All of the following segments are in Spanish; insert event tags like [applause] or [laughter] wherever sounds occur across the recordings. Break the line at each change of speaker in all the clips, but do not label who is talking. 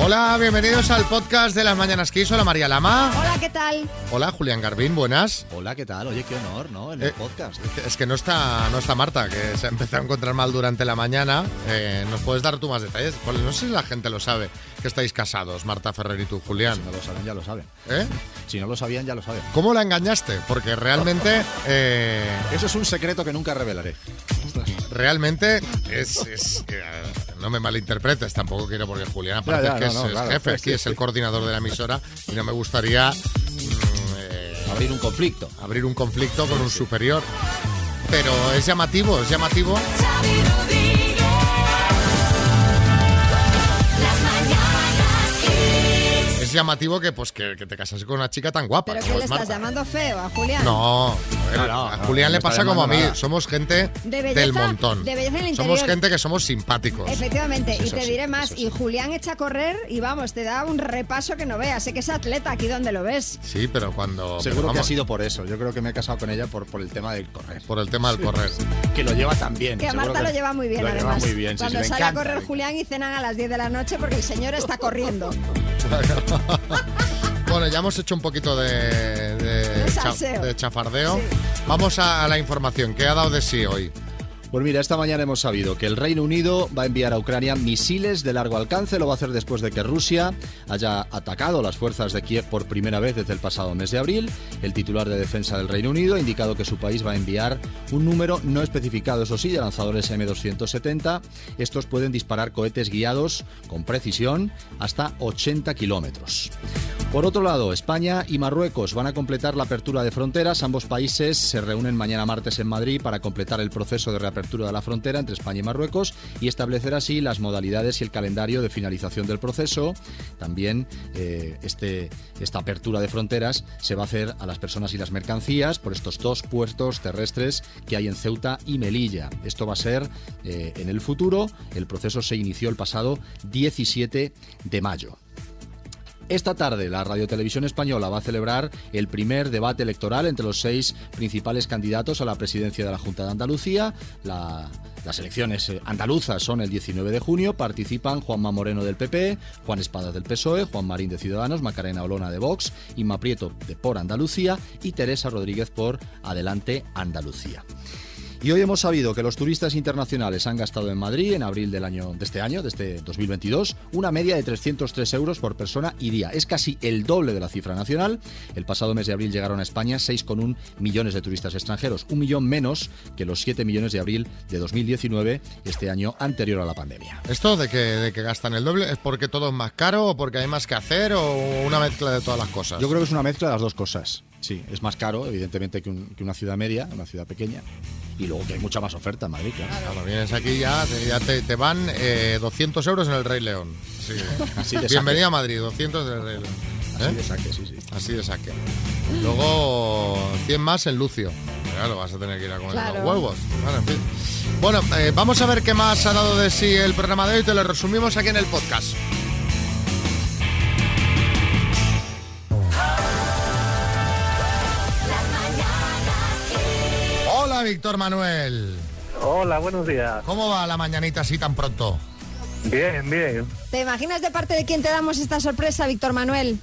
Hola, bienvenidos al podcast de las Mañanas Kiss. Hola, María Lama.
Hola, ¿qué tal?
Hola, Julián Garbín, buenas.
Hola, ¿qué tal? Oye, qué honor, ¿no? En
Eh,
el podcast.
Es que no está, no está Marta, que se ha empezado a encontrar mal durante la mañana. Eh, ¿Nos puedes dar tú más detalles? Pues no sé si la gente lo sabe, que estáis casados, Marta Ferrer y tú, Julián.
Si no lo saben, ya lo saben.
¿Eh?
Si no lo sabían, ya lo saben.
¿Cómo la engañaste? Porque
[laughs]
realmente, eh,
Eso es un secreto que nunca revelaré.
realmente es... es- eh, no me malinterpretes, tampoco quiero porque Julián aparte
Ya, ya,
es que
no,
es,
no,
es
claro.
jefe, aquí
Sí,
es
sí.
el coordinador de la emisora y no me gustaría... mm, eh,
Abrir un conflicto.
abrir un conflicto con un superior. Pero es llamativo, es llamativo.
Xavi Rodríguez. Las mañanas Kiss.
Es llamativo que pues que, que te casas con una chica tan guapa.
¿Pero qué
como
le
es
estás
Marta.
llamando feo a Julián?
No, eh,
No, no,
a
no,
Julián
no
le
está
pasa como a mí.
llamando nada.
Somos gente
De belleza-
del montón.
de belleza en el
somos
interior.
gente que somos simpáticos.
Efectivamente, y
Eso
te
sí,
diré
eso
más.
sí.
Y Julián echa a correr y vamos, te da un repaso que no veas. Sé que es atleta aquí donde lo ves.
Sí, pero cuando. pero
Seguro que ha
vamos,
sido por eso. Yo creo que me he casado con ella por, por el tema del correr.
Por el tema del correr.
Que lo lleva tan bien.
Que a
seguro
Marta lo lleva muy bien,
lo
además.
Lleva muy bien, sí,
Cuando
sí, me
sale
encanta.
a correr Julián y cenan a las 10 de la noche porque el señor está corriendo.
[laughs] Bueno, ya hemos hecho un poquito de, de,
De salseo.
de chafardeo.
Sí.
Vamos a, a la información. ¿Qué ha dado de sí hoy?
Pues mira, esta mañana hemos sabido que el Reino Unido va a enviar a Ucrania misiles de largo alcance, lo va a hacer después de que Rusia haya atacado las fuerzas de Kiev por primera vez desde el pasado mes de abril. El titular de defensa del Reino Unido ha indicado que su país va a enviar un número no especificado, eso sí, de lanzadores M270. Estos pueden disparar cohetes guiados con precisión hasta 80 kilómetros. Por otro lado, España y Marruecos van a completar la apertura de fronteras. Ambos países se reúnen mañana martes en Madrid para completar el proceso de reapertura de la frontera entre España y Marruecos y establecer así las modalidades y el calendario de finalización del proceso. También eh, este, esta apertura de fronteras se va a hacer a las personas y las mercancías por estos dos puertos terrestres que hay en Ceuta y Melilla. Esto va a ser eh, en el futuro. El proceso se inició el pasado 17 de mayo. Esta tarde la Radio Televisión Española va a celebrar el primer debate electoral entre los seis principales candidatos a la presidencia de la Junta de Andalucía. La- las elecciones eh, andaluzas son el 19 de junio. Participan Juanma Moreno del PP, Juan Espadas del PSOE, E, Juan Marín de Ciudadanos, Macarena Olona de Vox, Inma Prieto de Por Andalucía y Teresa Rodríguez por Adelante Andalucía. Y hoy hemos sabido que los turistas internacionales han gastado en Madrid en abril del año, de este año, de este 2022, una media de 303 euros por persona y día. Es casi el doble de la cifra nacional. El pasado mes de abril llegaron a España 6,1 millones de turistas extranjeros, un millón menos que los 7 millones de abril de 2019, este año anterior a la pandemia.
¿Esto de que, de que gastan el doble es porque todo es más caro o porque hay más que hacer o una mezcla de todas las cosas?
Yo creo que es una mezcla de las dos cosas. Sí, es más caro, evidentemente, que, un- que una ciudad media, una ciudad pequeña. Y luego que hay mucha más oferta en Madrid, claro.
Claro, vienes aquí ya, te, ya te, te van eh, 200 euros en el Rey León. Sí.
[laughs] Así de
Bienvenido a Madrid, 200 en el Rey León.
Así
¿Eh?
de saque, sí, sí.
Así de saque. Luego 100 más en Lucio. Claro, vas a tener que ir a comer
Claro.
unos huevos. Bueno, en fin. Bueno, eh, vamos a ver qué más ha dado de sí el programa de hoy. Te lo resumimos aquí en el podcast.
Las mañanas Kiss.
Hola, Víctor Manuel.
Hola, buenos días.
¿Cómo va la mañanita así tan pronto?
Bien, bien.
¿Te imaginas de parte de quién te damos esta sorpresa, Víctor Manuel?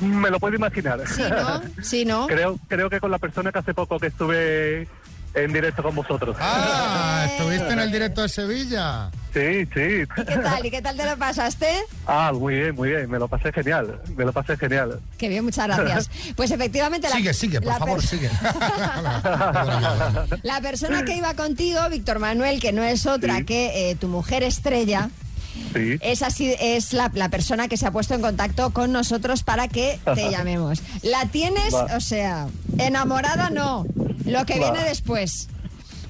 Me lo puedo imaginar.
Sí,
[laughs]
¿no? Sí, ¿no?
creo, creo que con la persona que hace poco que estuve en directo con vosotros.
Ah, estuviste en el directo de Sevilla.
Sí, sí.
¿Y qué tal? ¿Y qué tal te lo pasaste?
Ah, muy bien, muy bien. Me lo pasé genial. Me lo pasé genial.
Qué bien, muchas
[laughs]
gracias. Pues efectivamente... la-
Sigue, sigue, por
la
favor,
per- [laughs]
sigue. Bueno,
La persona que iba contigo, Víctor Manuel, que no es otra
Sí.
que eh, tu mujer estrella,
[laughs] Sí.
es así, es la, la persona que se ha puesto en contacto con nosotros para que
[laughs]
te llamemos. La tienes,
Va.
o sea, enamorada no, lo que
Va.
viene después.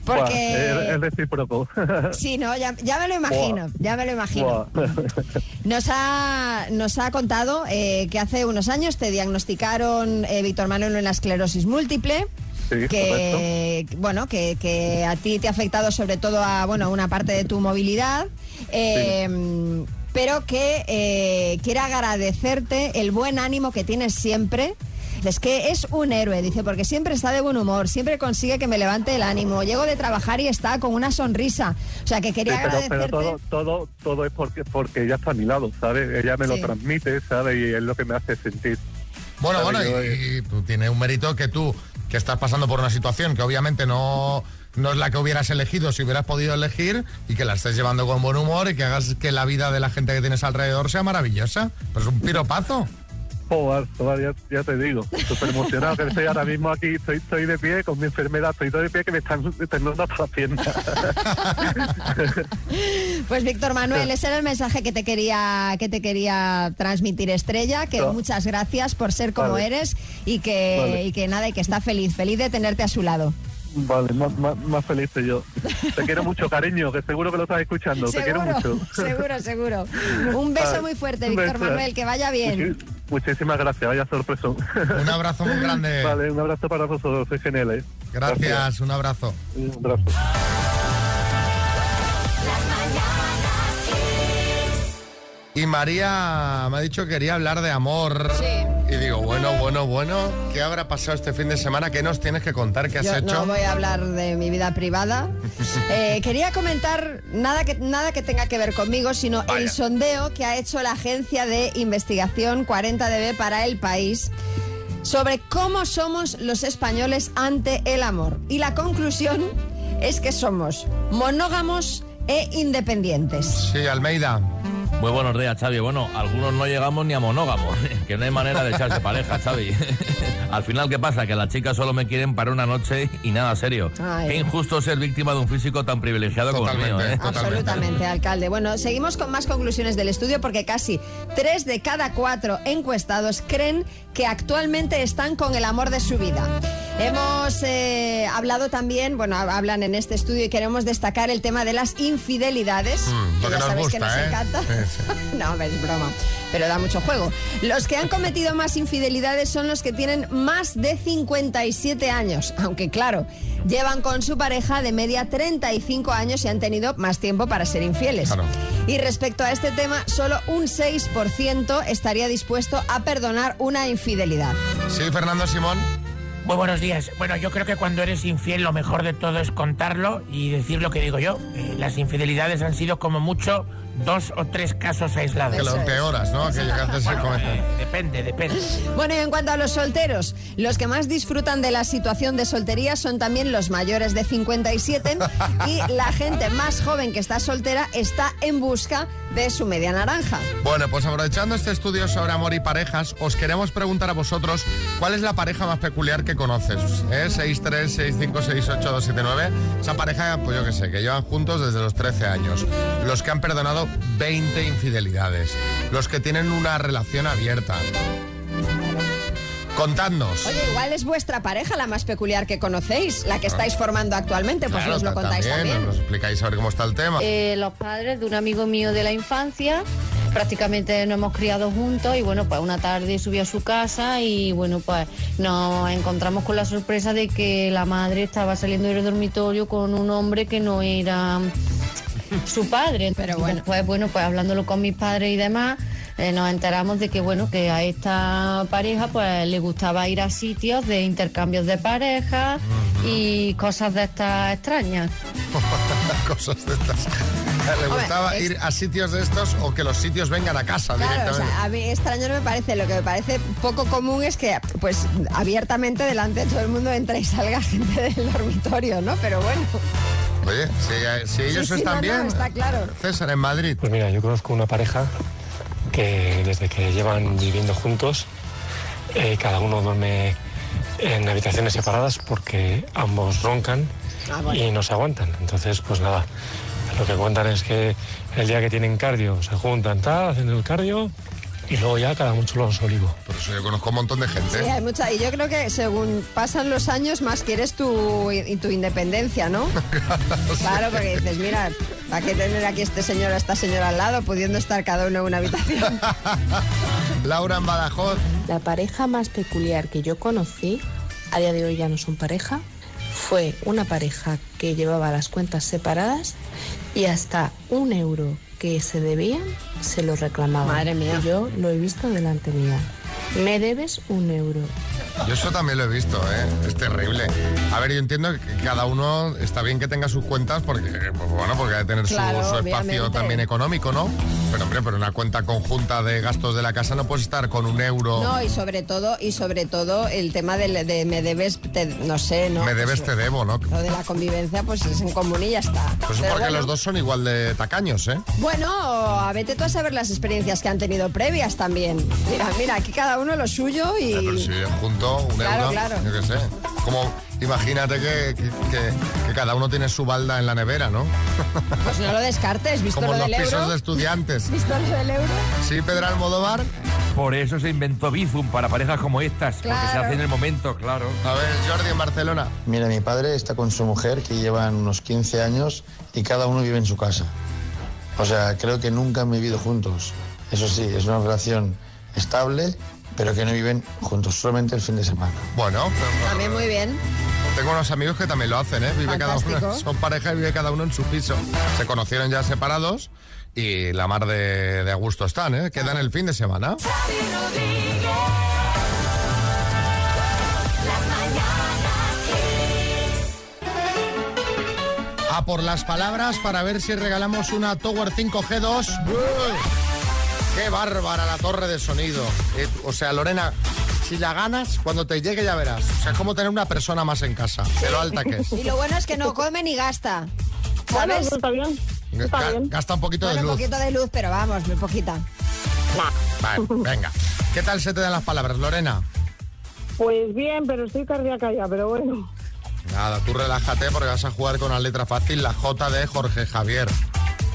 Buah,
Porque...
es, es recíproco. [laughs]
Sí, no, ya, ya me lo imagino,
Buah.
ya me lo imagino.
Buah. [laughs]
Nos ha, nos ha contado eh, que hace unos años te diagnosticaron, eh, Víctor Manuel, una esclerosis múltiple.
Sí,
que bueno que, que a ti te ha afectado sobre todo a bueno una parte de tu movilidad eh, pero que eh, quiere agradecerte el buen ánimo que tienes siempre Es que es un héroe, dice, porque siempre está de buen humor, siempre consigue que me levante el ánimo. Llego de trabajar y está con una sonrisa. O sea, que quería
Sí, pero, pero
agradecerte.
todo, todo, todo es porque, porque ella está a mi lado, ¿sabes? Ella me
Sí.
lo transmite, ¿sabes? Y es lo que me hace sentir.
Bueno,
Claro,
bueno,
yo,
y, y tú tiene un mérito que tú, que estás pasando por una situación que obviamente no, no es la que hubieras elegido si hubieras podido elegir, y que la estés llevando con buen humor y que hagas que la vida de la gente que tienes alrededor sea maravillosa. Pues un piropazo.
Joder, todavía ya te digo, súper emocionado que estoy ahora mismo aquí, estoy, estoy de pie con mi enfermedad, estoy de pie que me están teniendo hasta
[laughs]
las piernas.
Pues Víctor Manuel, ese era el mensaje que te quería, que te quería transmitir Estrella, que
Claro.
muchas gracias por ser como
Vale.
eres y que,
Vale.
y que nada, y que está feliz, feliz de tenerte a su lado.
Vale, más, más, más feliz estoy yo. Te quiero mucho, cariño, que seguro que lo estás escuchando. Te quiero mucho.
[laughs]
[laughs]
seguro, seguro. Un beso
Vale,
muy fuerte,
un
Víctor
beso.
Manuel, que vaya bien.
Muchi- Muchísimas gracias, vaya sorpresa.
Un abrazo
[laughs]
muy grande.
Vale, un abrazo para vosotros, sois geniales.
Gracias, un abrazo.
Un abrazo.
Las mañanas kiss.
Y María me ha dicho que quería hablar de amor.
Sí.
Y digo, bueno, bueno, bueno, ¿qué habrá pasado este fin de semana? ¿Qué nos tienes que contar? ¿Qué has
Yo
hecho?
no voy a hablar de mi
[laughs]
vida privada. Eh, quería comentar nada que, nada que tenga que ver conmigo, sino
Vaya.
el sondeo que ha hecho la agencia de investigación 40DB para el país sobre cómo somos los españoles ante el amor. Y la conclusión es que somos monógamos e independientes.
Sí, Almeida.
Muy buenos días, Xavi. Bueno, algunos no llegamos ni a monógamos, [laughs] que no hay manera de echarse pareja, Xavi. [laughs] Al final, ¿qué pasa? Que las chicas solo me quieren para una noche y nada serio.
Ay.
Qué injusto ser víctima de un físico tan privilegiado como el
Totalmente.
mío, ¿eh?
Totalmente.
Absolutamente, alcalde. Bueno, seguimos con más conclusiones del estudio porque casi tres de cada cuatro encuestados creen que actualmente están con el amor de su vida. Hemos eh, hablado también, bueno, hab- hablan en este estudio y queremos destacar el tema de las infidelidades,
Mm, lo
que
que
ya
nos
sabéis que nos
gusta, ¿eh?
encanta.
Sí,
[laughs] no, es broma, pero da mucho juego. Los que han cometido más infidelidades son los que tienen más de 57 años, aunque claro, llevan con su pareja de media 35 años y han tenido más tiempo para ser infieles.
Claro.
Y respecto a este tema, solo un 6% estaría dispuesto a perdonar una infidelidad.
Sí, Fernando Simón.
Muy buenos días. Bueno, yo creo que cuando eres infiel lo mejor de todo es contarlo y decir lo que digo yo. Eh, las infidelidades han sido como mucho dos o tres casos aislados.
Que lo
Eso es.
empeoras, ¿no? Aquello que
[laughs]
haces el
Bueno, eh,
comentario.
depende, depende.
Bueno, y en cuanto a los solteros, los que más disfrutan de la situación de soltería son también los mayores
[laughs]
de 57 y la gente más joven que está soltera está en busca de su media naranja.
Bueno, pues aprovechando este estudio sobre amor y parejas, os queremos preguntar a vosotros cuál es la pareja más peculiar que conoces. ¿Eh? 636568279. Esa pareja, pues yo qué sé, que llevan juntos desde los 13 años. Los que han perdonado 20 infidelidades. Los que tienen una relación abierta. Contadnos.
Oye, igual es vuestra pareja la más peculiar que conocéis, la que estáis formando actualmente, pues
Claro,
nos
ta-
lo contáis también.
Nos explicáis a ver cómo está el tema.
Eh, los padres de un amigo mío de la infancia. Prácticamente nos hemos criado juntos y bueno, pues una tarde subí a su casa y bueno, pues nos encontramos con la sorpresa de que la madre estaba saliendo del dormitorio con un hombre que no era su padre.
[laughs] Pero bueno.
Pues bueno, pues hablándolo con mis padres y demás, eh, nos enteramos de que bueno, que a esta pareja pues le gustaba ir a sitios de intercambios de parejas y cosas de estas extrañas.
[laughs] cosas de estas. ¿Le gustaba
es-
ir a sitios de estos o que los sitios vengan a casa
Claro, o
directamente?
sea, a mí extraño no me parece, lo que me parece poco común es que pues abiertamente delante de todo el mundo entra y salga gente del dormitorio, ¿no? Pero bueno.
Oye, si, eh, si ellos
sí,
están
no, no,
bien.
está claro.
César en Madrid.
Pues mira, yo conozco una pareja que desde que llevan viviendo juntos, eh, cada uno duerme en habitaciones separadas porque ambos roncan
Ah, bueno.
y no se aguantan. Entonces, pues nada, lo que cuentan es que el día que tienen cardio se juntan, tal, hacen el cardio y luego ya cada uno chulo su olivo.
Por eso yo conozco un montón de gente.
Sí, hay mucha. Y yo creo que según pasan los años, más quieres tu, y tu
[laughs]
independencia, ¿no? claro, porque dices, mira, ¿para qué tener aquí este señor a esta señora al lado, pudiendo estar cada uno en una habitación?
Laura en Badajoz.
La pareja más peculiar que yo conocí, a día de hoy ya no son pareja, fue una pareja que llevaba las cuentas separadas y hasta un euro que se debían se lo reclamaba.
Madre mía.
Y yo lo he visto delante mía. Me debes un euro.
Yo eso también lo he visto, ¿eh? Es terrible. A ver, yo entiendo que cada uno está bien que tenga sus cuentas porque, pues, bueno, porque debe tener su-
Claro,
su, espacio
obviamente.
también económico, ¿no? Pero, hombre, pero una cuenta conjunta de gastos de la casa no puedes estar con un euro.
No, y sobre todo, y sobre todo el tema del- de, me debes, te- no sé, ¿no? pues
me debes, te debo, ¿no?
Lo de la convivencia, pues es en común y ya está.
Pues
Pero
porque
bueno.
los dos son igual de tacaños, ¿eh?
Bueno, a vete tú a saber las experiencias que han tenido previas también. Mira, mira, aquí cada uno lo suyo y...
Pero si junto un
Claro,
euro,
claro.
yo qué sé. Como, imagínate que, que- que- que cada uno tiene su balda en la nevera, ¿no?
Pues no lo descartes, visto
Como
lo
en los
del
pisos
euro.
de estudiantes.
[laughs] ¿Visto lo del euro?
Sí, Pedro Almodóvar.
Por eso se inventó Bizum, para parejas como estas, porque se
Claro.
hace en el momento, claro.
A ver, Jordi en Barcelona.
Mira, mi padre está con su mujer que llevan unos 15 años y cada uno vive en su casa. O sea, creo que nunca han vivido juntos. Eso sí, es una relación estable, pero que no viven juntos, solamente el fin de semana.
Bueno,
También muy bien.
Tengo unos amigos que también lo hacen, ¿eh? Vive cada uno,
Fantástico.
son pareja y vive cada uno en su piso. Se conocieron ya separados y la mar de, de a gusto están, ¿eh? Quedan el fin de semana. A por las palabras para ver si regalamos una Tower 5G2. ¡Uy! ¡Qué bárbara la torre de sonido! Eh, o sea, Lorena, si la ganas, cuando te llegue ya verás. O sea, es como tener una persona más en casa, de lo alta que es.
Y lo bueno es que no come ni gasta.
Bueno,
¿Sabes?
pues está bien. Está
Ga-
bien.
Gasta un poquito
Bueno,
de
un
luz.
poquito de luz, pero vamos, muy poquita.
Vale, venga. ¿Qué tal se te dan las palabras, Lorena?
Pues bien, pero estoy cardíaca ya, pero bueno.
Nada, tú relájate porque vas a jugar con la letra fácil, la J de Jorge Javier.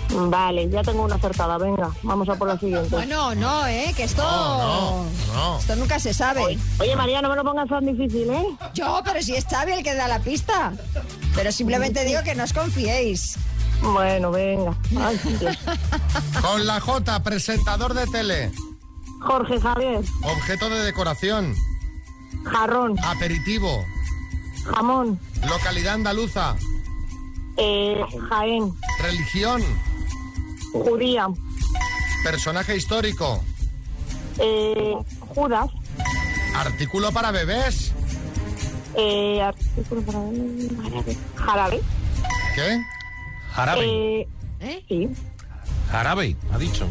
Vale, ya tengo una acertada, venga, vamos a por la siguiente.
Bueno, no, ¿eh? Que esto...
No,
no.
Esto nunca se sabe.
Oye, María, no me lo pongas tan difícil, ¿eh?
Yo, pero si es Xavi el que da la pista. Pero simplemente digo que no os confiéis.
Bueno, venga.
[laughs]
Con la J, presentador de tele.
Jorge Javier.
Objeto de decoración.
Jarrón.
Aperitivo.
Jamón.
Localidad andaluza.
Eh, Jaén.
Religión.
Judía.
Personaje histórico.
Eh, Judas.
Artículo para bebés.
Eh, artículo para ver, Jarabe.
¿Qué?
Eh, Sí.
Jarabe, ha dicho.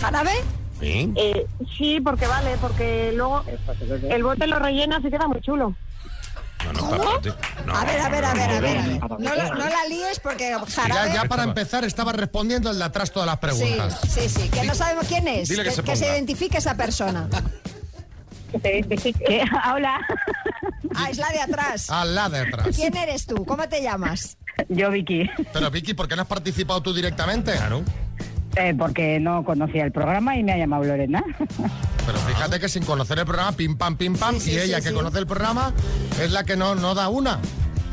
¿Jarabe?
Sí.
Eh, sí, porque vale, porque luego el bote lo rellenas y queda muy chulo.
a ver, a ver, a ver, a ver. a ver. No, la- no la líes porque jarabe...
Ya, ya para empezar estaba respondiendo el de atrás todas las
Sí,
preguntas.
sí, sí, que no sabemos quién es.
Dile que se ponga.
identifique esa persona.
[laughs]
Hola.
Ah, es la de atrás.
Ah, la de atrás.
¿Quién eres tú? ¿Cómo te llamas?
Yo, Vicky,
Pero Vicky, ¿por qué no has participado tú directamente? Claro.
eh, porque no conocía el programa y me ha llamado Lorena.
Pero fíjate que sin conocer el programa, pim pam, pim pam, y ella que conoce el programa es la que no, no da una.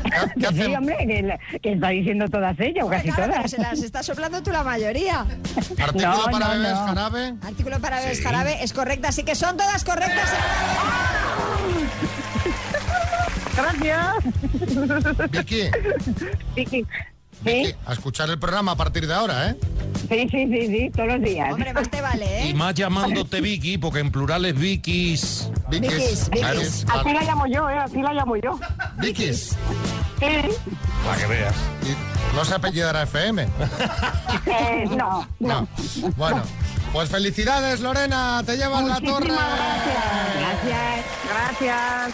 ¿Qué,
[laughs]
qué
sí,
hacemos?
hombre, que, la- que está diciendo todas ellas, o casi
Claro, pero
todas.
se las está soplando tú la mayoría.
Artículo
No,
para
no,
bebés,
no.
jarabe.
Artículo para bebés
Sí.
jarabe es correcta, así que son todas correctas.
Gracias.
[laughs]
Vicky,
Sí,
Vicky, a escuchar el programa a partir de ahora, ¿eh?
sí, sí, sí, sí, todos los días.
Hombre, más te vale,
Y
¿eh?
más llamándote Vicky, porque en plural es Vickys.
Vickys,
Claro.
Así la llamo yo, ¿eh? Así la llamo yo.
Vickys.
eh,
Sí.
Para que veas. no se
[laughs]
apellidará FM.
Eh, no,
no. Bueno, pues felicidades, Lorena. Te llevas la torre.
Gracias, gracias.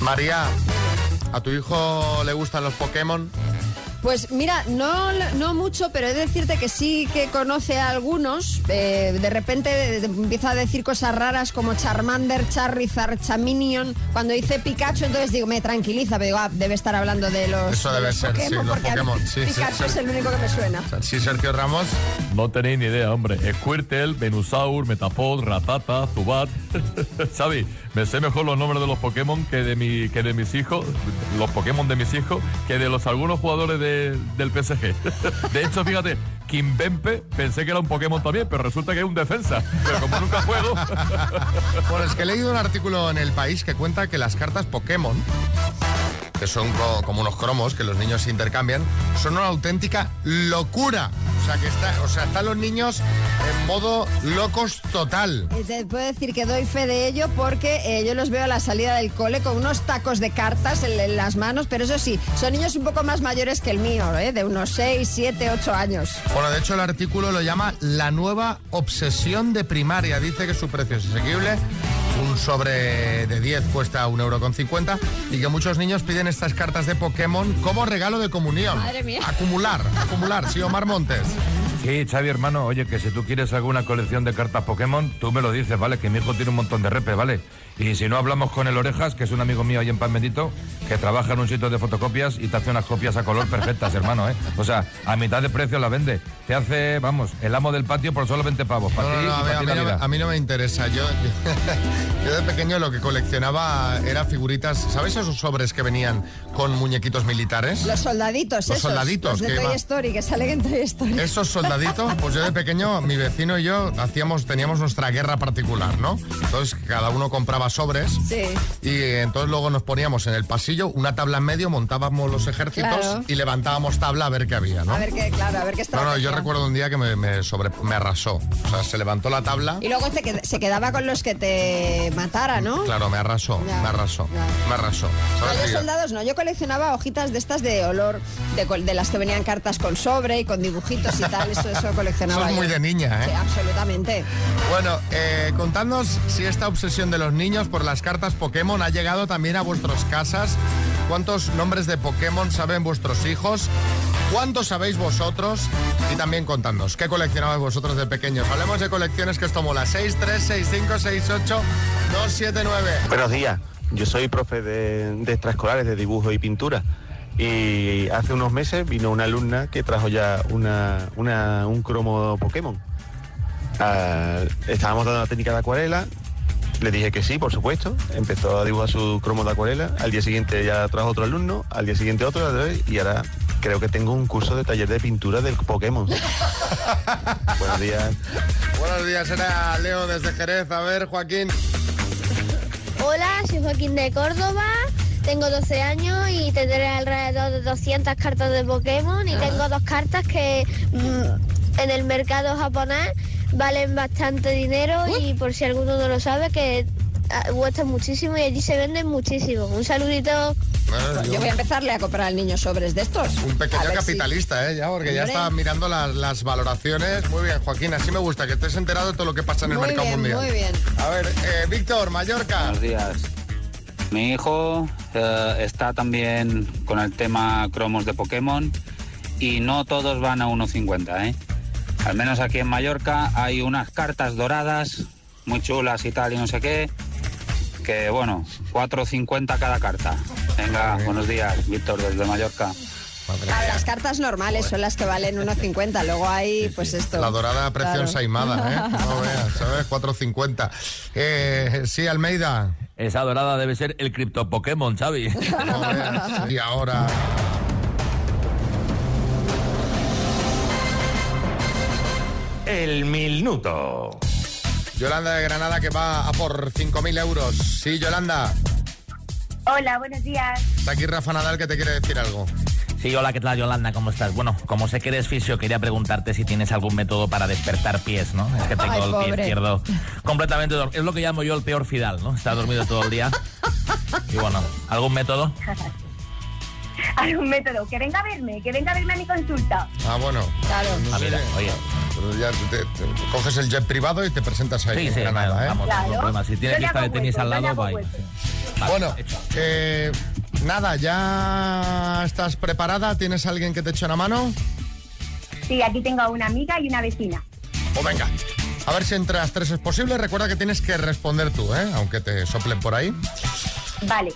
María, ¿a tu hijo le gustan los Pokémon?
Pues mira, no, no mucho, pero he de decirte que sí que conoce a algunos. Eh, de repente de- de- empieza a decir cosas raras como Charmander, Charizard, Chaminion. Cuando dice Pikachu, entonces digo, me tranquiliza, pero digo, ah, debe estar hablando de los,
Eso
de
debe
los
ser, sí,
Pokémon,
los
porque a mí
Pokémon, sí, sí,
Pikachu
sí.
es el único que me suena.
Sí, Sergio Ramos.
No tenéis ni idea, hombre. Squirtle, Venusaur, Metapod, Ratata, Zubat. [laughs] Xavi, me sé mejor los nombres de los Pokémon que de, mi, que de mis hijos, los Pokémon de mis hijos, que de los algunos jugadores de- del PSG. [laughs] De hecho, fíjate, Kimbempe pensé que era un Pokémon también, pero resulta que es un defensa. Pero como nunca juego...
Bueno, es que he leído un artículo en El País que cuenta que las cartas Pokémon que son co- como unos cromos que los niños intercambian, son una auténtica locura. O sea, que está, o sea, están los niños en modo locos total.
Eh, Te puedo decir que doy fe de ello porque eh, yo los veo a la salida del cole con unos tacos de cartas en, en las manos, pero eso sí, son niños un poco más mayores que el mío, ¿eh? de unos 6, 7, 8 años.
Bueno, de hecho el artículo lo llama La nueva obsesión de primaria. Dice que su precio es asequible, un sobre de 10 cuesta 1,50 euro y que muchos niños piden estas cartas de Pokémon como regalo de comunión.
Madre mía.
Acumular, acumular, sí, Omar Montes.
Sí, Xavi, hermano, oye, que si tú quieres alguna colección de cartas Pokémon, tú me lo dices, ¿vale? Que mi hijo tiene un montón de repes, ¿vale? Y si no hablamos con el Orejas, que es un amigo mío ahí en Pan Bendito, que trabaja en un sitio de fotocopias y te hace unas copias a color perfectas, hermano, ¿eh? O sea, a mitad de precio la vende. Te hace, vamos, el amo del patio por solo 20 pavos. [laughs] Para
No, no,
ti
no,
y
a, mí, a
para ti
mí
la
no,
vida.
me- a mí no me interesa. Yo, [laughs] yo de pequeño lo que coleccionaba era figuritas. ¿Sabéis esos sobres que venían con muñequitos militares?
Los soldaditos,
Los
esos,
soldaditos,
los de
que
Toy
va-
Story, que salen en Toy Story.
Esos soldaditos, pues yo de pequeño, mi vecino y yo hacíamos, teníamos nuestra guerra particular, ¿no? Entonces cada uno compraba sobres
[laughs] Sí.
y eh, entonces luego nos poníamos en el pasillo, una tabla en medio, montábamos los ejércitos
Claro.
y levantábamos tabla a ver qué había, ¿no?
A ver qué, claro, a ver qué está.
no, no, yo recuerdo un día que me, me sobre, me arrasó. O sea, se levantó la tabla.
Y luego te qued- se quedaba con los que te matara, ¿no?
Claro, me arrasó,
Ya,
me arrasó,
ya.
me arrasó.
No,
¿Sabes?
yo
Sí,
soldados no, yo coleccionaba hojitas de estas de olor, de, col- de las que venían cartas con sobre y con dibujitos y tal, eso, eso
[laughs]
coleccionaba
Eso es muy
yo.
de niña, ¿eh?
Sí, absolutamente.
Bueno, eh, contadnos si esta obsesión de los niños por las cartas Pokémon ha llegado también a vuestras casas. ¿Cuántos nombres de Pokémon saben vuestros hijos? ¿Cuántos sabéis vosotros? Y también contadnos, ¿qué coleccionabais vosotros de pequeños? Hablemos de colecciones que esto mola. 6, 3, 6, 5, 6, 8, 2, 7, 9.
Buenos días, yo soy profe de, de extraescolares de dibujo y pintura y hace unos meses vino una alumna que trajo ya una, una- un cromo Pokémon. Ah, estábamos dando la técnica de acuarela, le dije que sí, por supuesto, empezó a dibujar su cromo de acuarela, al día siguiente ya trajo otro alumno, al día siguiente otro otra vez, y ahora creo que tengo un curso de taller de pintura del Pokémon. Buenos días.
Buenos días, era Leo desde Jerez. A ver, Joaquín.
Hola, soy Joaquín de Córdoba, tengo 12 años y tendré alrededor de 200 cartas de Pokémon y tengo dos cartas que mm, en el mercado japonés valen bastante dinero y por si alguno no lo sabe que ah, cuestan muchísimo y allí se venden muchísimo. Un saludito.
Yo voy a empezarle a comprar al niño sobres de estos.
Un
A
pequeño
ver si-
capitalista, ¿eh? Ya, porque ya
Hombre.
está mirando las, las valoraciones. Muy bien, Joaquín, así me gusta, que estés enterado de todo lo que pasa en el
Muy
mercado
bien,
mundial.
muy bien.
A ver, eh, Víctor, Mallorca.
Buenos días. Mi hijo eh, está también con el tema cromos de Pokémon y no todos van a 1.50, ¿eh? Al menos aquí en Mallorca hay unas cartas doradas muy chulas y tal y no sé qué, que bueno, 4.50 cada carta. Venga, buenos días, Víctor desde Mallorca.
Claro, las cartas normales son las que valen 1,50. Luego hay, pues esto.
La dorada a precio
Claro.
ensaimada, ¿eh?
[laughs]
No veas, ¿sabes? 4.50. Eh, sí, Almeida.
Esa dorada debe ser el cripto Pokémon, Xavi.
Y ahora...
El minuto.
Yolanda de Granada que va a por 5.000 euros. Sí, Yolanda.
Hola, buenos días.
Está aquí Rafa Nadal que te quiere decir algo.
Sí, hola, ¿qué tal, Yolanda? ¿Cómo estás? Bueno, como sé que eres fisio, quería preguntarte si tienes algún método para despertar pies, ¿no? Es que tengo
Ay,
el pie
pobre.
izquierdo completamente dormido. Es lo que llamo yo el peor fidal, ¿no? Está dormido todo el día. Y bueno, ¿algún método?
Hay un método. Que venga a verme, que venga a verme a mi consulta.
Ah, bueno.
Claro.
No
Ah,
sé.
mira, oye.
Pero ya te- te- coges el jet privado y te presentas ahí
Sí,
en
sí,
Granada,
claro,
¿eh?
vamos, no hay Claro. problema. Si tiene
Yo le
pista de
hago
tenis al
hueco, yo le
lado,
hago
va
hueco.
ahí,
bueno, eh, nada, ¿ya estás preparada? ¿Tienes alguien que te eche una mano?
Sí, aquí tengo a una amiga y una vecina.
O Pues venga, a ver si entre las tres es posible. Recuerda que tienes que responder tú, ¿eh? aunque te soplen por ahí.
Vale.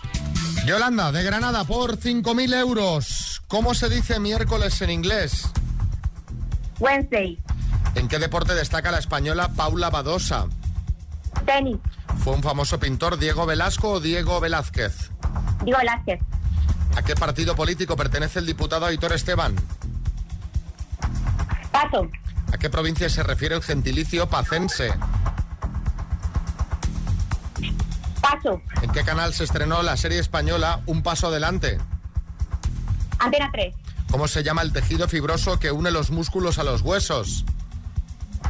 Yolanda, de Granada, por 5.000 euros. ¿Cómo se dice miércoles en inglés?
Wednesday.
¿En qué deporte destaca la española Paula Badosa?
Tenis.
¿Fue un famoso pintor Diego Velasco o Diego Velázquez?
Digo Velázquez.
¿A qué partido político pertenece el diputado Aitor Esteban?
Paso.
¿A qué provincia se refiere el gentilicio pacense?
Paso.
¿En qué canal se estrenó la serie española Un Paso Adelante?
Antena 3.
¿Cómo se llama el tejido fibroso que une los músculos a los huesos?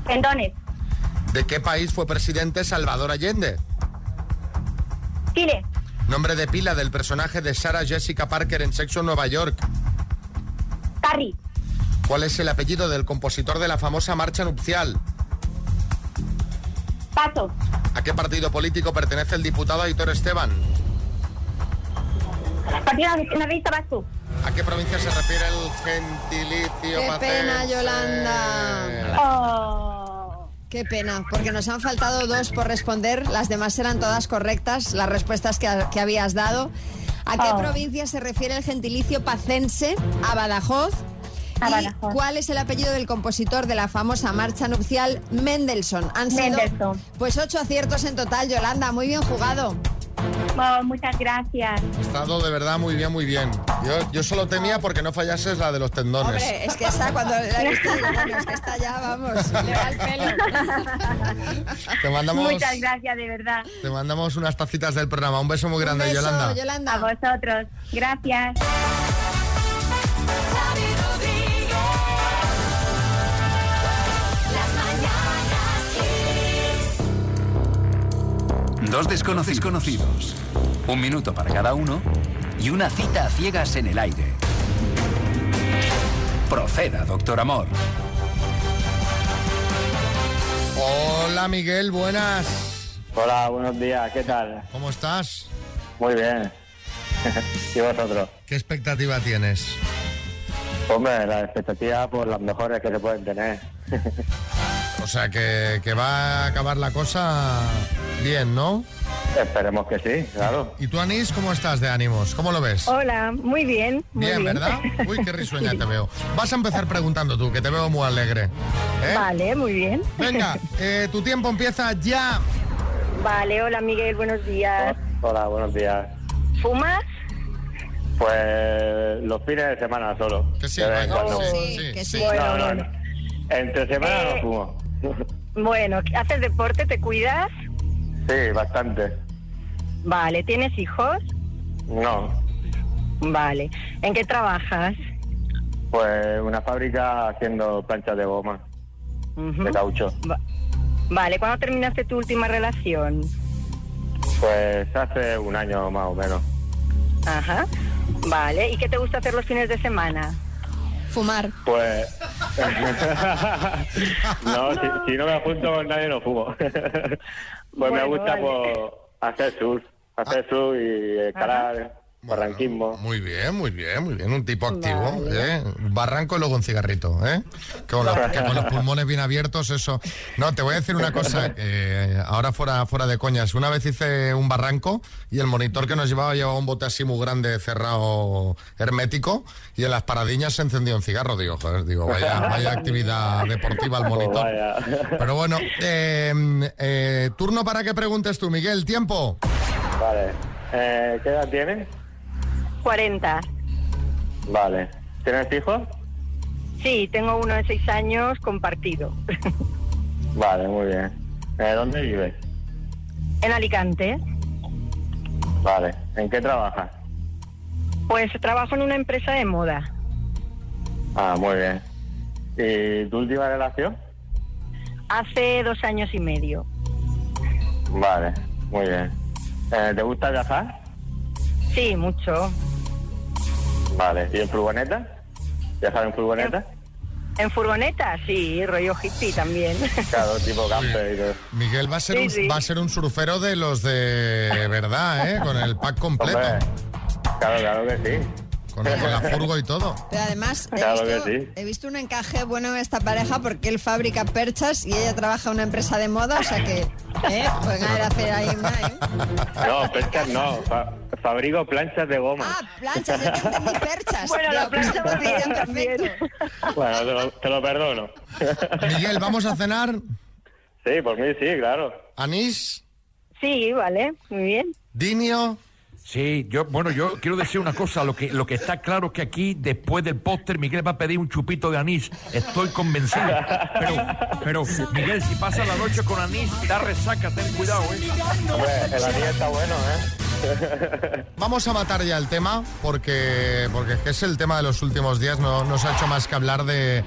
Tendones.
¿De qué país fue presidente Salvador Allende?
Chile.
Nombre de pila del personaje de Sarah Jessica Parker en Sexo en Nueva York.
Carrie.
¿Cuál es el apellido del compositor de la famosa marcha nupcial?
Paso.
¿A qué partido político pertenece el diputado Aitor Esteban?
Partido Nacionalista Vasco.
¿A qué provincia se refiere el gentilicio
Qué pena,
pacense?
Yolanda.
Oh.
Qué pena, porque nos han faltado dos por responder. Las demás eran todas correctas, las respuestas que, que habías dado. ¿A qué
Oh.
provincia se refiere el gentilicio pacense? A Badajoz.
A
¿Y
Badajoz.
cuál es el apellido del compositor de la famosa marcha nupcial Mendelssohn? Han sido
Mendelssohn.
pues ocho aciertos en total, Yolanda. Muy bien jugado.
Oh, muchas gracias.
Estado de verdad muy bien, muy bien. Yo, yo solo temía porque no fallases la de los tendones.
Hombre, es que esa cuando la he visto, digo, bueno, es [laughs] que está ya, vamos, le va el pelo.
Te mandamos,
Muchas gracias, de verdad.
te mandamos unas tacitas del programa. Un beso muy grande, Yolanda.
A vosotros. Gracias.
Dos desconocidos conocidos. Un minuto para cada uno y una cita a ciegas en el aire. Proceda, doctor Amor.
Hola, Miguel, buenas.
Hola, buenos días, ¿qué tal?
¿Cómo estás?
Muy bien. [laughs] ¿Y vosotros?
¿Qué expectativa tienes?
Hombre, las expectativas, pues las mejores que se pueden tener. [laughs]
O sea, que, que va a acabar la cosa bien, ¿no?
Esperemos que sí, claro.
¿Y tú, Anís, cómo estás de ánimos? ¿Cómo lo ves?
Hola, muy bien. Muy
Bien, ¿verdad? Uy, qué risueña te veo. Vas a empezar preguntando tú, que te veo muy alegre. ¿eh?
Vale, muy bien. [laughs]
Venga, eh, tu tiempo empieza ya.
Vale, hola Miguel, buenos días.
Hola, buenos días.
¿Fumas?
Pues los fines de semana solo. Que sí,
Oh, sí, sí, que sí.
No, no,
Bueno,
no. Entre semana
Eh.
no fumo. [laughs]
Bueno, ¿haces deporte? ¿Te cuidas?
Sí, bastante.
Vale, ¿tienes hijos?
No,
Vale. ¿En qué trabajas?
pues una fábrica haciendo planchas de goma, de caucho.
Vale, ¿cuándo terminaste tu última relación?
Pues hace un año más o menos.
Ajá. Vale, ¿y qué te gusta hacer los fines de semana?
Fumar.
Pues.
[laughs]
no, Si, si no me apunto con nadie, no fumo. [laughs] pues me
Bueno,
gusta
vale. Ah.
pues, hacer surf, hacer surf y escalar, barranquismo.
Muy bien, muy bien, muy bien. Un tipo activo, ¿eh? Un Barranco y luego un cigarrito, ¿eh? Que con, los, que con los pulmones bien abiertos, eso. No, te voy a decir una cosa, eh, ahora fuera, fuera de coñas. Una vez hice un barranco y el monitor que nos llevaba llevaba un bote así muy grande, cerrado, hermético, y en las paradiñas se encendió un cigarro. Digo, joder, digo, vaya, vaya actividad deportiva el monitor. Pero bueno, eh, eh, turno para que preguntes tú, Miguel. Tiempo.
Vale. Eh, ¿Qué edad tienes?
40.
Vale. ¿Tienes hijos?
Sí, tengo uno de seis años compartido. [laughs]
Vale, muy bien. Eh, ¿Dónde vives?
En Alicante.
Vale. ¿En qué trabajas?
Pues trabajo en una empresa de moda.
Ah, muy bien. ¿Y tu última relación?
Hace dos años y medio.
Vale, muy bien. Eh, ¿Te gusta viajar?
Sí, mucho.
Vale. ¿Y en furgoneta? ¿Viajar en furgoneta?
En furgoneta, sí, rollo hippie también. [laughs]
Claro, tipo camper y todo.
Miguel va a ser,
Sí,
un,
sí.
va a ser un surfero de los de verdad, ¿eh? Con el pack completo.
Claro, claro que sí.
Con, con la furgo y todo.
Pero además he,
Claro
visto,
que sí.
he visto un encaje bueno en esta pareja porque él fabrica perchas y ella trabaja en una empresa de moda, o sea que ¿eh? pueden haber hacer ahí una ¿eh?
No, pescas no. Fa- fabrico planchas de goma.
planchas,
[laughs]
yo te entendí perchas.
Bueno, la
Digo,
plancha
pues, muy bien, perfecto.
Bueno, te lo, te lo perdono.
Miguel, ¿vamos a cenar?
Sí, por mí sí, claro.
¿Anís?
Sí, vale, muy bien.
¿Dinio?
Sí, yo, bueno, yo quiero decir una cosa. Lo que, lo que está claro es que aquí, después del póster, Miguel va a pedir un chupito de anís. Estoy convencido. Pero, pero Miguel, si pasa la noche con anís, da resaca, ten cuidado, ¿eh?
Hombre, el anís está bueno, ¿eh?
Vamos a matar ya el tema porque, porque es que es el tema de los últimos días. No, no se ha hecho más que hablar de,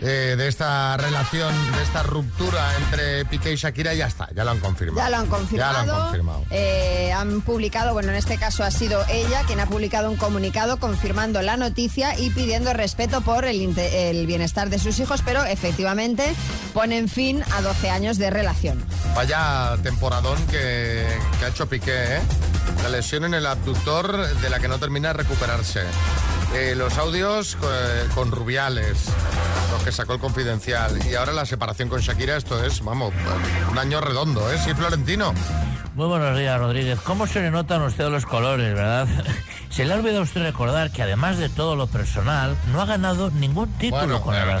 eh, de esta relación, de esta ruptura entre Piqué y Shakira. Ya está, ya lo han confirmado.
Ya lo han confirmado.
Ya lo han confirmado.
Eh, han publicado, bueno, en este caso ha sido ella quien ha publicado un comunicado confirmando la noticia y pidiendo respeto por el, inte- el bienestar de sus hijos, pero efectivamente ponen fin a 12 años de relación.
Vaya temporadón que, que ha hecho Piqué, ¿eh? La lesión en el abductor de la que no termina de recuperarse. Eh, los audios eh, con Rubiales, los que sacó el Confidencial. Y ahora la separación con Shakira, esto es, vamos, un año redondo, ¿eh? Sí, Florentino.
Muy buenos días, Rodríguez. ¿Cómo se le notan a usted los colores, verdad? [laughs] Se le ha olvidado a usted recordar que además de todo lo personal, no ha ganado ningún título
Bueno,
con el
bueno.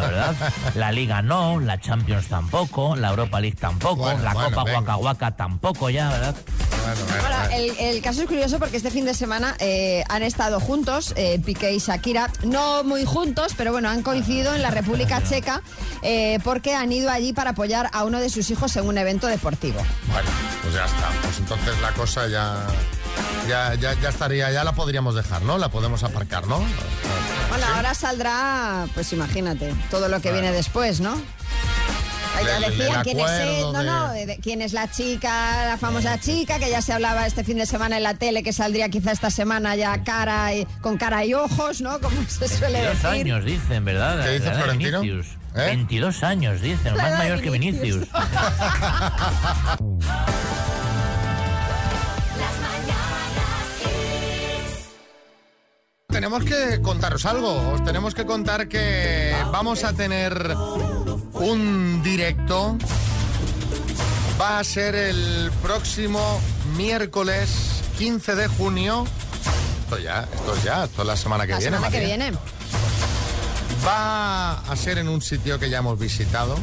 [laughs]
¿verdad? La Liga no, la Champions tampoco, la Europa League tampoco,
Bueno,
la
bueno,
Copa
venga.
Huaca Huaca tampoco ya, ¿verdad?
Ahora, el, el caso es curioso porque este fin de semana eh, han estado juntos, eh, Piqué y Shakira, no muy juntos, pero bueno, han coincidido en la República Checa eh, porque han ido allí para apoyar a uno de sus hijos en un evento deportivo.
Bueno, pues ya está. Pues entonces la cosa ya, ya, ya, ya estaría, ya la podríamos dejar, ¿no? La podemos aparcar, ¿no?
Bueno, ahora saldrá, pues imagínate, todo lo que viene después, ¿no? Ay, Ya
El- el
decían quién es,
acuerdo
él, no,
de-
no, de- de- quién es la chica, la famosa chica, que ya se hablaba este fin de semana en la tele, que saldría quizá esta semana ya cara y- con cara y ojos, ¿no? Como se suele
Dos
decir.
años dicen, ¿verdad?
¿Qué dice
La edad de
Florentino? ¿Eh?
Vinicius. 22 años dicen,
La edad
más
de
mayor que Vinicius.
Tenemos que contaros algo, os tenemos que contar que vamos a tener un directo. Va a ser el próximo miércoles 15 de junio. Esto ya, esto ya, esto es la semana que
la
viene.
semana que
María.
viene.
Va a ser en un sitio que ya hemos visitado.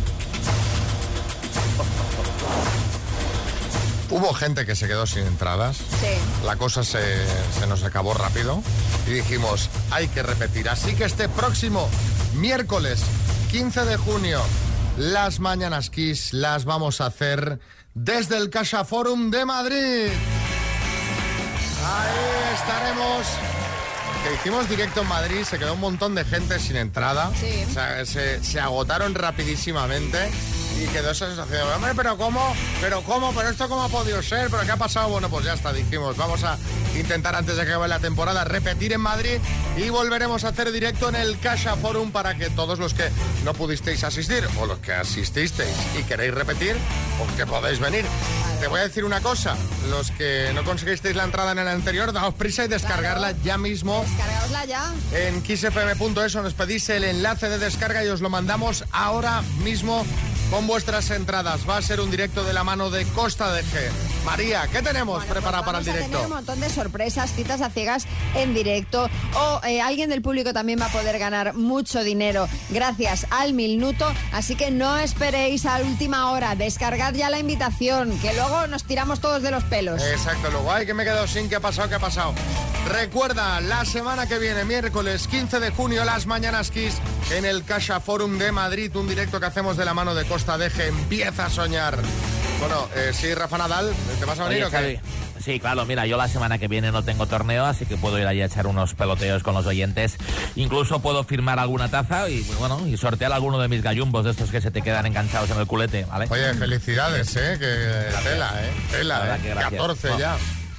Hubo gente que se quedó sin entradas. La cosa se, se nos acabó rápido y dijimos, hay que repetir. Así que este próximo miércoles 15 de junio, las Mañanas Kiss las vamos a hacer desde el Casa Forum de Madrid. Ahí estaremos. Que hicimos directo en Madrid, se quedó un montón de gente sin entrada. O sea, se, se agotaron rapidísimamente y quedó esa sensación de, hombre, pero ¿cómo? ¿Pero cómo? ¿Pero esto cómo ha podido ser? ¿Pero qué ha pasado? Bueno, pues ya está, dijimos, vamos a intentar antes de que acabe la temporada repetir en Madrid y volveremos a hacer directo en el Casa Forum para que todos los que no pudisteis asistir o los que asististeis y queréis repetir, pues que podéis venir. Te voy a decir una cosa, los que no conseguisteis la entrada en el anterior, daos prisa y descargarla ya mismo.
Cargaosla ya.
En kissfm.es nos pedís el enlace de descarga y os lo mandamos ahora mismo con vuestras entradas. Va a ser un directo de la mano de Costa de G. María, ¿qué tenemos preparado para el
pues Vamos a
directo?
tener un montón de sorpresas, citas a ciegas en directo. O eh, alguien del público también va a poder ganar mucho dinero gracias al minuto. Así que no esperéis a última hora. Descargad ya la invitación, que luego nos tiramos todos de los pelos.
Eh,
Exacto, luego, ay, que me he quedado sin, ¿qué ha pasado? ¿Qué ha pasado? Recuerda, la semana que viene, miércoles 15 de junio, las mañanas Kiss, en el Casha Forum de Madrid, un directo que hacemos de la mano de Costa de G. Empieza a soñar. Bueno, eh, sí, Rafa Nadal, ¿te vas a venir
Oye,
o qué?
Xavi, Sí, claro, mira, yo la semana que viene no tengo torneo, así que puedo ir ahí a echar unos peloteos con los oyentes. Incluso puedo firmar alguna taza y pues, bueno, y sortear alguno de mis gallumbos de estos que se te quedan enganchados en el culete, ¿vale?
Oye, felicidades, ¿eh? Que tela, ¿eh? Tela,
La verdad
¿eh?
que gracias.
14
No.
ya.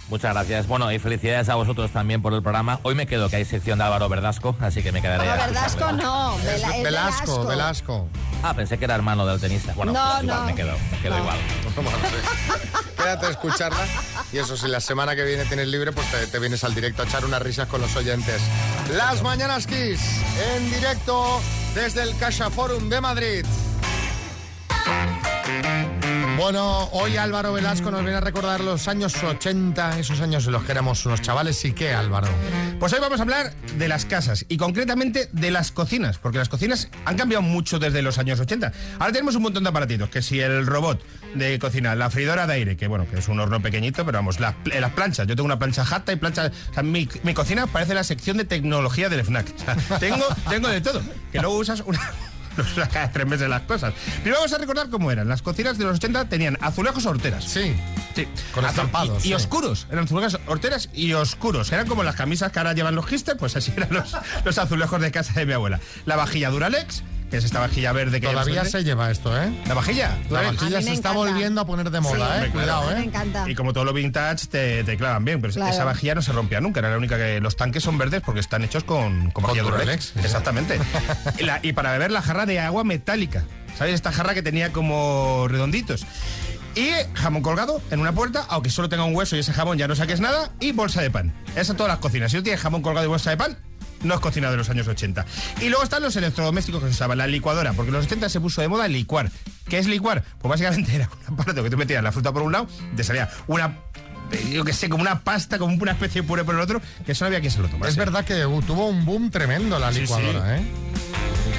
Muchas gracias. Bueno, y felicidades a vosotros también por el programa. Hoy me quedo que hay sección de Álvaro Verdasco, así que me quedaré. a
Verdasco
escucharle.
no, Vela- es Velasco.
Ah, pensé que era hermano del tenista. Bueno,
No,
pues igual
no.
me quedo, me
[laughs]
quedo igual.
Quédate a escucharla. Y eso, si la semana que viene tienes libre, pues te, te vienes al directo a echar unas risas con los oyentes. Las Mañanas Kiss, en directo desde el Casha Forum de Madrid. Bueno, hoy Álvaro Velasco nos viene a recordar los años 80, esos años en los que éramos unos chavales. ¿Y qué, Álvaro?
Pues hoy vamos a hablar de las casas y concretamente de las cocinas, porque las cocinas han cambiado mucho desde los años 80. Ahora tenemos un montón de aparatitos, que si el robot de cocina, la freidora de aire, que bueno, que es un horno pequeñito, pero vamos, las, pl- las planchas. Yo tengo una plancha jata y plancha... o sea, mi, mi
[laughs]
cocina parece la sección de tecnología del FNAC. O sea, tengo, tengo de todo, que luego usas una... [laughs] nos da cada tres meses las cosas. Primero vamos a recordar cómo eran. Las cocinas de los 80 tenían azulejos horteras.
Sí.
Sí.
Con
Azul-
estampados,
Y, y
sí.
oscuros. Eran azulejos horteras y oscuros. Eran como las camisas que ahora llevan los hipsters, pues así [laughs] eran los, los azulejos de casa de mi abuela. La vajilla Duralex, que es esta vajilla verde que
Todavía
llevamos
se lleva esto, ¿eh?
siempre. La vajilla.
La
Duralex.
vajilla
A mí
se
me
está
encanta.
volviendo a poner de moda,
Hombre,
¿eh?
claro.
Cuidado,
Me
¿eh?
encanta.
Y como todo lo vintage te, te clavan bien, pero es-
Claro.
esa vajilla no se rompía nunca, era la única que los tanques son verdes porque están hechos con, con vajilla
Duralex.
Duralex.
[laughs]
Exactamente. y, la- y para beber la jarra de agua metálica, ¿sabes? Esta jarra que tenía como redonditos. Y jamón colgado en una puerta, aunque solo tenga un hueso y ese jamón ya no saques nada, y bolsa de pan. Esas son todas las cocinas. Si no tienes jamón colgado y bolsa de pan, no es cocina de los años 80. Y luego están los electrodomésticos que se usaban, la licuadora, porque en los 80 se puso de moda licuar. ¿Qué es licuar? Pues básicamente [laughs] era un aparato que tú metías la fruta por un lado, te salía una, eh, yo que sé, como una pasta, como una especie de puré por el otro, que eso no había quien se lo tomase.
Es verdad que uh, tuvo un boom tremendo la
Sí, sí.
licuadora, ¿eh?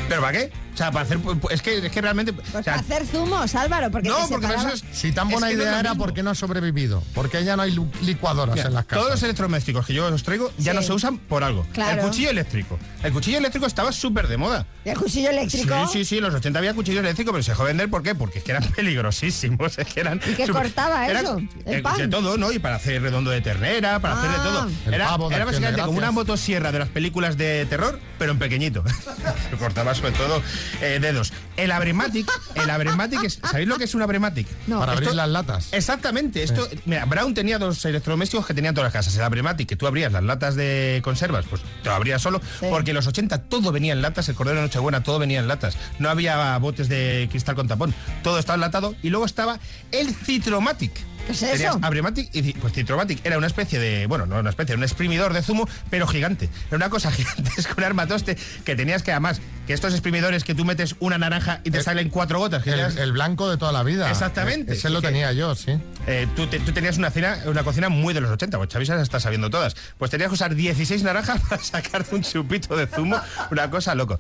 ¿Pero para qué? O sea, para hacer... pu- pu- Es que, es que realmente... o
Pues
sea,
para hacer zumos, Álvaro, porque
no,
te
porque
separaba-
eso es-
Si tan buena
es que no es
idea
lo
era,
mismo.
¿por qué no ha sobrevivido? Porque ya no hay lu- licuadoras
Mira,
en las casas.
Todos los electrodomésticos que yo os traigo ya
Sí.
no se usan por algo.
Claro.
El cuchillo eléctrico. El cuchillo eléctrico estaba súper de moda.
¿Y el cuchillo eléctrico.
Sí, sí, sí, en los 80 había cuchillos eléctricos, pero se dejó vender, ¿por qué? Porque es que eran [laughs] peligrosísimos, es que eran...
¿Y qué
súper-
cortaba eso? ¿El
eh,
pan?
De todo, ¿no? Y para hacer redondo de ternera, para hacer de
Ah.
todo.
El
Era,
pavo de
era
Acción de
básicamente como una
Gracias.
motosierra de las películas de terror, pero en pequeñito. [laughs] cortaba sobre todo eh, dedos. El abrematic, el abrematic, es- ¿sabéis lo que es un abrematic?
No.
Para abrir
Esto-
las latas.
Exactamente, esto, mira, Brown tenía dos electrodomésticos que tenían todas las casas, el abrematic, que tú abrías las latas de conservas, pues te lo abrías solo,
Sí.
porque en los 80 todo venía en latas, el cordero de Nochebuena todo venía en latas, no había botes de cristal con tapón, todo estaba enlatado, y luego estaba el citromatic.
¿Qué es Pues eso?
Tenías Abrematic y ci- pues Citromatic era una especie de, bueno, no una especie, un exprimidor de zumo, pero gigante. Era una cosa [laughs] gigante, es que un armatoste que tenías que además, que estos exprimidores que tú metes una naranja y te
El-
salen cuatro gotas, que tenías-
El, el blanco de toda la vida.
Exactamente.
Ese lo
Que-
tenía yo, sí.
eh, tú, te- tú tenías una, cena, una cocina muy de los 80, pues Xavi se las está sabiendo todas. Pues tenías que usar 16 naranjas [laughs] para sacarte un chupito de zumo, una cosa loco.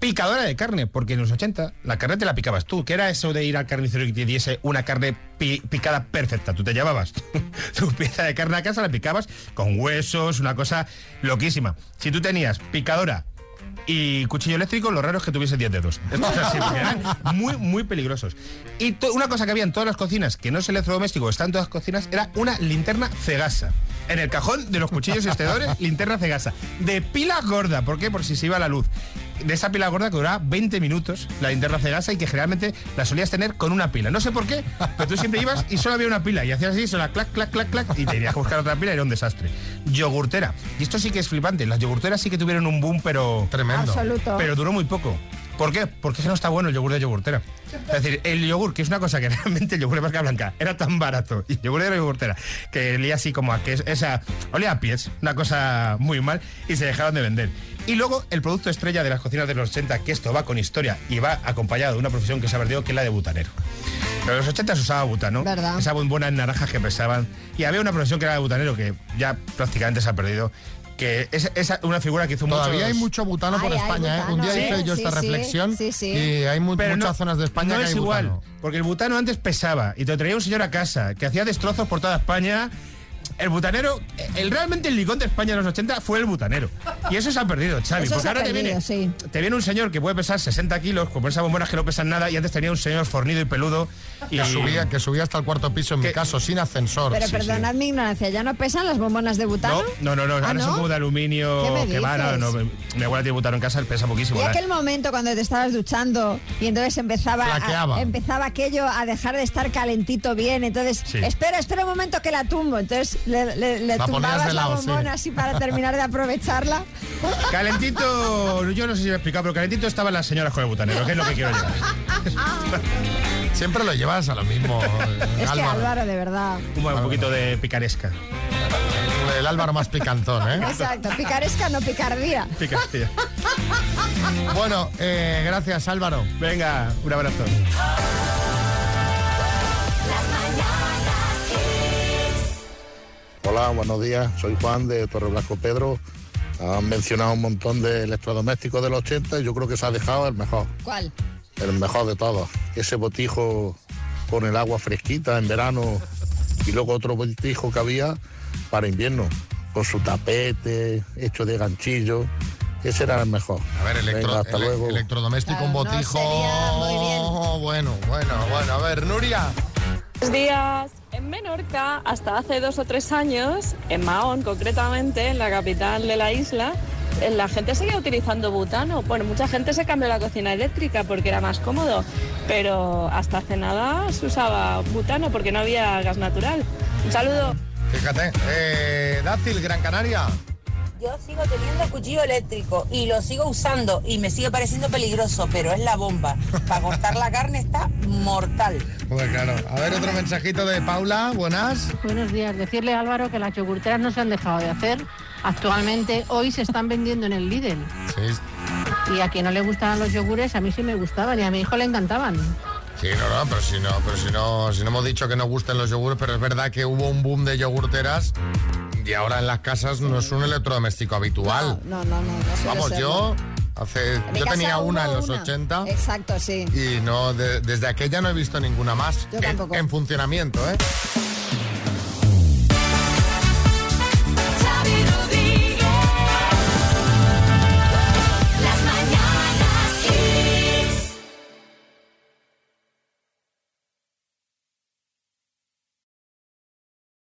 Picadora de carne, porque en los 80 la carne te la picabas tú. ¿Qué era eso de ir al carnicero y que te diese una carne pi- picada perfecta? Tú te llevabas [laughs] tu pieza de carne a casa, la picabas con huesos, una cosa loquísima. Si tú tenías picadora y cuchillo eléctrico, lo raro es que tuviese 10 dedos. Estos así,
[laughs]
porque eran muy, muy peligrosos. Y to- una cosa que había en todas las cocinas, que no es electrodoméstico, está en todas las cocinas, era una linterna cegasa. En el cajón de los cuchillos y extendedores, linterna cegasa. De pila gorda, ¿por qué? Por si se iba la luz. De esa pila gorda que duraba 20 minutos, la linterna cegasa, y que generalmente la solías tener con una pila. No sé por qué, pero tú siempre ibas y solo había una pila. Y hacías así, solo clac, clac, clac, clac, y te irías a buscar otra pila y era un desastre. Yogurtera. Y esto sí que es flipante. Las yogurteras sí que tuvieron un boom, pero...
Tremendo.
Absoluto.
Pero duró muy poco. ¿Por qué? Porque es que no está bueno el yogur de yogurtera. Es decir, el yogur, que es una cosa que [laughs] realmente el yogur de marca blanca era tan barato, y el yogur de la yogurtera, que olía así como a que esa olía a pies, una cosa muy mal, y se dejaron de vender. Y luego el producto estrella de las cocinas de los 80, que esto va con historia y va acompañado de una profesión que se ha perdido, que es la de butanero. Pero en los 80 se usaba butano,
Verdad.
esa bombona en naranjas que pesaban, y había una profesión que era la de butanero, que ya prácticamente se ha perdido, que es, es una figura que hizo
Todavía
muchos-
hay mucho butano por
Ay, hay
España, ¿eh?
butano,
Un día
¿eh?
hice yo
Sí,
esta
sí,
reflexión
sí, sí.
y hay mu-
Pero
muchas
no-
zonas de España
no
que
es
hay
igual,
butano.
porque el butano antes pesaba y te lo traía un señor a casa que hacía destrozos por toda España. El butanero, eh, el realmente el licón de España en los 80 fue el butanero. Y eso se ha perdido, Xavi.
Eso
porque
se ha
ahora
perdido,
te,
sí.
viene, te viene un señor que puede pesar 60 kilos, como esas bombonas que no pesan nada, y antes tenía un señor fornido y peludo. Y
Que subía, que subía hasta el cuarto piso, en mi
Que-
caso, sin ascensor.
Pero
Sí,
perdonad mi ignorancia, ¿ya no pesan las bombonas de butano?
No, no, no, no,
¿Ah,
ahora
no?
son como de
¿Qué me
aluminio que
dices?
van. No, no, mi abuela tiene butano en casa, pesa poquísimo. ¿eh?
Y
la-
[laughs] aquel momento cuando te estabas duchando y entonces empezaba, a-
Flaqueaba.
empezaba aquello a dejar de estar calentito bien, entonces,
Sí.
espera, espera un momento que la tumbo, entonces le, le- le
La ponías de
tumbabas la
lado,
bombona así para terminar
[laughs]
de aprovecharla.
Calentito, yo no sé si lo he explicado, pero calentito estaban las señoras con el butanero, que es lo que
[laughs]
quiero llegar. [laughs]
Ah.
sí. Siempre lo llevas a lo mismo. eh,
Es que
Álvaro. ¿Eh?
Álvaro, de verdad.
Un, un poquito de picaresca.
El Álvaro más picantón, ¿eh?
Exacto, picaresca no picardía.
Picaresca.
[laughs] Bueno, eh, gracias Álvaro.
Venga, un abrazo.
Hola, buenos días. Soy Juan de Torreblasco Pedro. Han mencionado un montón de electrodomésticos del 80 y yo creo que se ha dejado el mejor,
¿Cuál?
el mejor de todos. Ese botijo con el agua fresquita en verano y luego otro botijo que había para invierno, con su tapete hecho de ganchillo
ese era el mejor.
A ver, electro-
Venga, hasta
ele-
luego.
electrodoméstico,
Ah,
un botijo. Bueno, bueno, bueno. A ver, Nuria.
Buenos días. En Menorca, hasta hace dos o tres años, en Mahón concretamente, en la capital de la isla, eh, la gente seguía utilizando butano. Bueno, mucha gente se cambió a la cocina eléctrica porque era más cómodo, pero hasta hace nada se usaba butano porque no había gas natural. Un saludo.
Fíjate, eh, Dátil, Gran Canaria.
Yo sigo teniendo cuchillo eléctrico y lo sigo usando y me sigue pareciendo peligroso, pero es la bomba. Para cortar la carne está mortal.
Pues claro. A ver, otro mensajito de Paula. Buenas.
Buenos días. Decirle a Álvaro que las yogurteras no se han dejado de hacer. Actualmente hoy se están vendiendo en el Lidl.
Sí,
Y a quien no le gustaban los yogures, a mí sí me gustaban y a mi hijo le encantaban.
sí, no, no, pero si no, pero si no, si no hemos dicho que no gustan los yogures, pero es verdad que hubo un boom de yogurteras y ahora en las casas no es un electrodoméstico habitual.
No, no, no. no suele
Vamos, yo
serlo.
hace,
En mi
yo
casa
tenía
hubo
una en los
una.
80
Exacto, sí.
y no de- desde aquella no he visto ninguna más
Yo
en,
tampoco.
en funcionamiento, ¿eh?